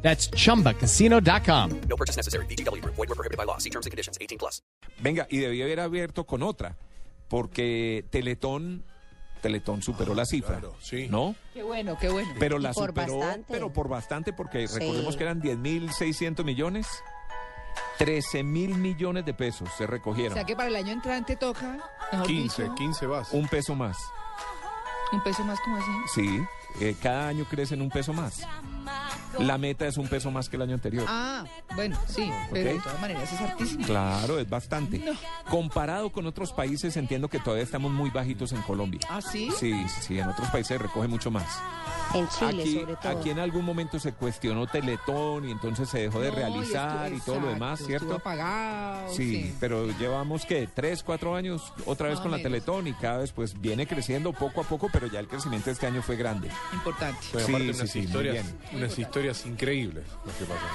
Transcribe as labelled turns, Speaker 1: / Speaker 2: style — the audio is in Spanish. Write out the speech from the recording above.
Speaker 1: That's chumbacasino.com.
Speaker 2: No purchase necessary. BGW. Void were prohibited by law. See terms and conditions. 18 plus.
Speaker 3: Venga, y debió haber abierto con otra, porque Teletón, Teletón superó la cifra, ¿no?
Speaker 4: Qué bueno, qué bueno.
Speaker 3: Pero la
Speaker 5: Por
Speaker 3: superó,
Speaker 5: bastante.
Speaker 3: pero por bastante, porque
Speaker 5: Sí.
Speaker 3: recordemos que eran 10.600 millones, 13.000 millones de pesos se
Speaker 4: o
Speaker 3: recogieron,
Speaker 4: sea que para el año entrante toca, mejor
Speaker 6: 15,
Speaker 4: dicho,
Speaker 6: 15 vas.
Speaker 3: un peso más,
Speaker 4: un peso más como así.
Speaker 3: sí, eh, cada año crecen un peso más. La meta es un peso más que el año anterior.
Speaker 4: Ah, bueno, sí, pero de todas maneras es altísimo.
Speaker 3: Claro, es bastante. Comparado con otros países, entiendo que todavía estamos muy bajitos en Colombia.
Speaker 4: ¿Ah, sí?
Speaker 3: Sí, sí, en otros países se recoge mucho más.
Speaker 5: En Chile,
Speaker 3: aquí,
Speaker 5: sobre todo.
Speaker 3: aquí en algún momento se cuestionó Teletón y entonces se dejó de
Speaker 4: No,
Speaker 3: realizar y,
Speaker 4: estuvo-
Speaker 3: todo lo
Speaker 4: exacto,
Speaker 3: demás,
Speaker 4: estuvo
Speaker 3: ¿cierto?
Speaker 4: apagado,
Speaker 3: Sí,
Speaker 4: sí.
Speaker 3: pero llevamos que tres, cuatro años otra vez
Speaker 4: Más o
Speaker 3: con la
Speaker 4: menos.
Speaker 3: Teletón y cada vez pues viene creciendo poco a poco, pero ya el crecimiento de este año fue grande.
Speaker 4: Importante.
Speaker 6: Pues
Speaker 3: Sí,
Speaker 6: aparte
Speaker 3: sí,
Speaker 6: unas
Speaker 3: sí, muy
Speaker 6: historias,
Speaker 3: bien.
Speaker 6: unas historias increíbles lo que pasó.